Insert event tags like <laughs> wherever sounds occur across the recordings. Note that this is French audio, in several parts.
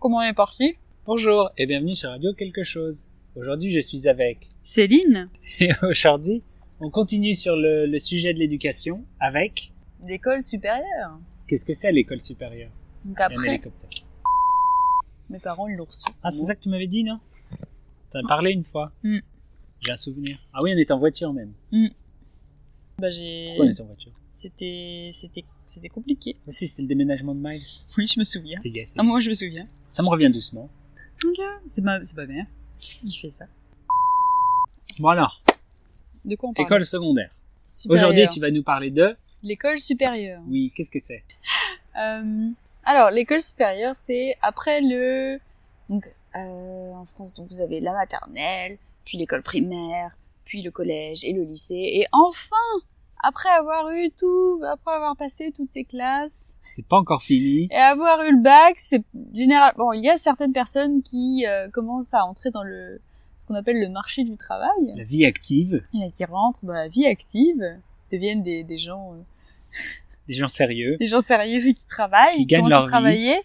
comment on est parti Bonjour et bienvenue sur Radio Quelque chose. Aujourd'hui, je suis avec. <laughs> Céline Et aujourd'hui, on continue sur le, le sujet de l'éducation avec. L'école supérieure. Qu'est-ce que c'est l'école supérieure Donc Il y a Un après, hélicoptère. mes parents, ils l'ont reçu. Ah, c'est ça que tu m'avais dit, non T'en as parlé une fois. Hmm. J'ai un souvenir. Ah oui, on était en voiture même. Eh. Bah, j'ai... Pourquoi on était en voiture C'était... C'était... C'était compliqué. <laughs> Mais si, c'était le déménagement de Miles. Oui, je me souviens. T'es gassé. Ah, moi, je me souviens. Ça me revient doucement. Regarde, c'est ma... c'est pas bien. Il fait ça. Bon alors, De quoi on parle école secondaire. supérieure. Aujourd'hui, tu vas nous parler de. L'école supérieure. Oui, qu'est-ce que c'est Euh, alors, l'école supérieure, c'est après le... Donc, euh, en France, donc vous avez la maternelle, puis l'école primaire, puis le collège et le lycée. Et enfin, après avoir eu tout, après avoir passé toutes ces classes C'est pas encore fini. et avoir eu le bac, c'est général... Bon, il y a certaines personnes qui euh, commencent à entrer dans le ce qu'on appelle le marché du travail, La vie active, et qui rentrent dans la vie active, deviennent des, des gens... euh, des gens sérieux. les gens sérieux <laughs> qui travaillent, Qui gagnent commencent leur à vie. travailler,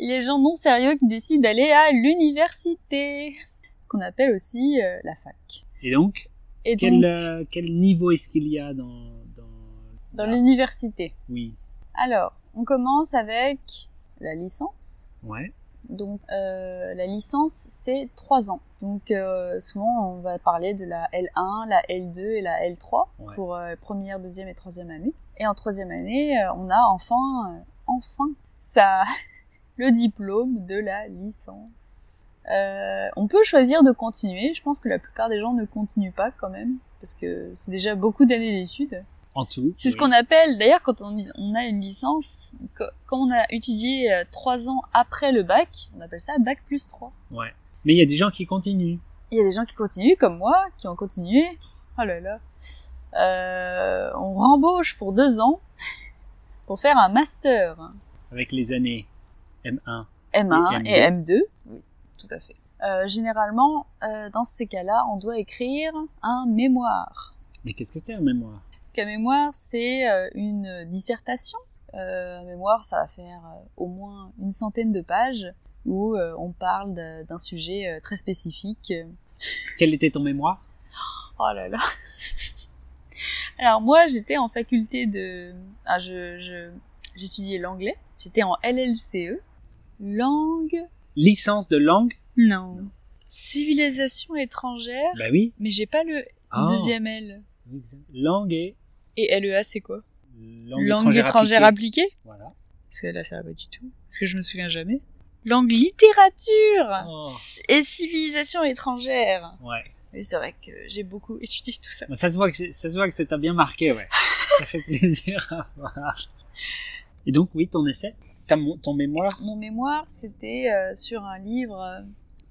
et les gens non sérieux qui décident d'aller à l'université, ce qu'on appelle aussi euh, la fac. Et donc, Et donc, quel, euh, quel niveau est-ce qu'il y a dans. dans... dans Ah, l'université. Oui. Alors, on commence avec la licence. Ouais. Donc, euh, la licence, c'est trois ans. Donc, euh, souvent, on va parler de la L1, la L2 et la L3 Ouais. pour euh, première, deuxième et troisième année. Et en troisième année, euh, on a enfin, euh, enfin, ça, <laughs> le diplôme de la licence. Euh, on peut choisir de continuer. Je pense que la plupart des gens ne continuent pas quand même parce que c'est déjà beaucoup d'années d'études. En tout. C'est ce qu'on appelle, d'ailleurs, quand on, on a une licence, qu- quand on a étudié euh, trois ans après le bac, on appelle ça bac plus 3. Ouais. Mais il y a des gens qui continuent. Il y a des gens qui continuent, comme moi, qui ont continué. Oh là là. Euh, on rembauche pour deux ans <laughs> pour faire un master hein. Avec les années M1. M1 Et et M2. Oui, tout à fait. Euh, généralement, euh, dans ces cas-là, on doit écrire un mémoire. Mais qu'est-ce que c'est un mémoire Qu'un mémoire, c'est euh, une dissertation. Euh, un mémoire, ça va faire euh, au moins une centaine de pages où euh, on parle de- d'un sujet euh, très spécifique. Quel était ton mémoire Oh là <laughs> là Alors moi, j'étais en faculté de... Ah, je, je- j'étudiais l'anglais. J'étais en LLCE. E. Langue... Licence de langue Non. Civilisation étrangère. Bah oui. Mais j'ai pas le Ah. deuxième L. Exact. Langue et. Et LEA, c'est quoi Langue, étrangère, appliquée. appliquée Voilà. Parce que là, ça va pas du tout. Parce que je me souviens jamais. Langue littérature Oh. c- et civilisation étrangère. Ouais. Mais c'est vrai que j'ai beaucoup <laughs> étudié tout ça. Bon, Ça se voit que c'est- ça se voit que ça t'a bien marqué, <laughs> ouais. ça fait plaisir à voir. Et donc, oui, ton essai, ta mon- ton mémoire, Mon mémoire, c'était euh, sur un livre euh,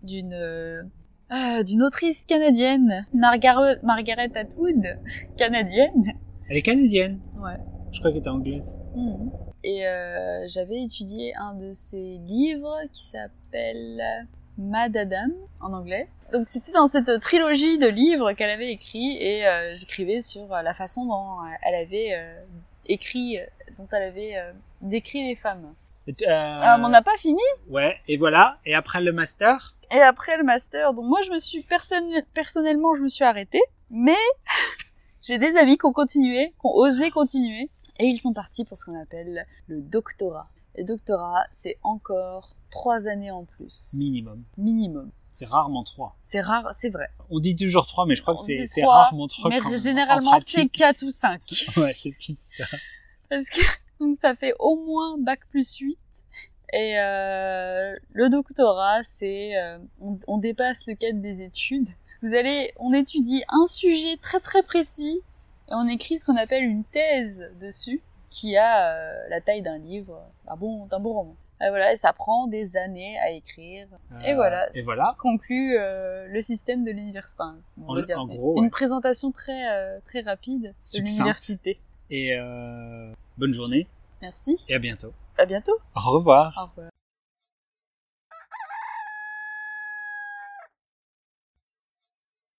d'une euh, euh, d'une autrice canadienne, Margaret, Margaret Atwood, canadienne. elle est canadienne. Ouais. Je crois qu'elle était anglaise. Mhm. Et euh, j'avais étudié un de ses livres qui s'appelle Mad Adam en anglais. Donc c'était dans cette trilogie de livres qu'elle avait écrit et euh, j'écrivais sur euh, la façon dont euh, elle avait euh, écrit, euh, dont elle avait euh, décrit les femmes. Et, euh, Alors, on n'a pas fini. Ouais, et voilà. Et après le master, Et après le master, donc moi je me suis personne- personnellement je me suis arrêtée, mais <laughs> j'ai des amis qui ont continué, qui ont osé continuer, et ils sont partis pour ce qu'on appelle le doctorat. Le doctorat, c'est encore trois années en plus minimum. minimum. C'est rarement trois. C'est rare, c'est vrai. On dit toujours trois, mais je crois On que c'est dit c'est trois, rarement trois. Mais quand- en généralement c'est pratique. <laughs> quatre ou cinq. Ouais, c'est plus ça. Parce que <laughs> donc ça fait au moins bac plus 8. Et euh, le doctorat, c'est euh, on, on dépasse le cadre des études. Vous allez, on étudie un sujet très très précis et on écrit ce qu'on appelle une thèse dessus, qui a euh, la taille d'un livre, d'un bon d'un bon roman. Et voilà, et ça prend des années à écrire. Et Euh, voilà, Et ce voilà. qui conclut euh, le système de l'université. Enfin, on En- va dire, en mais gros, une ouais. présentation très euh, très rapide de Succincte. l'université. Et euh, bonne journée Merci. et à bientôt. À bientôt. Au revoir. Au revoir.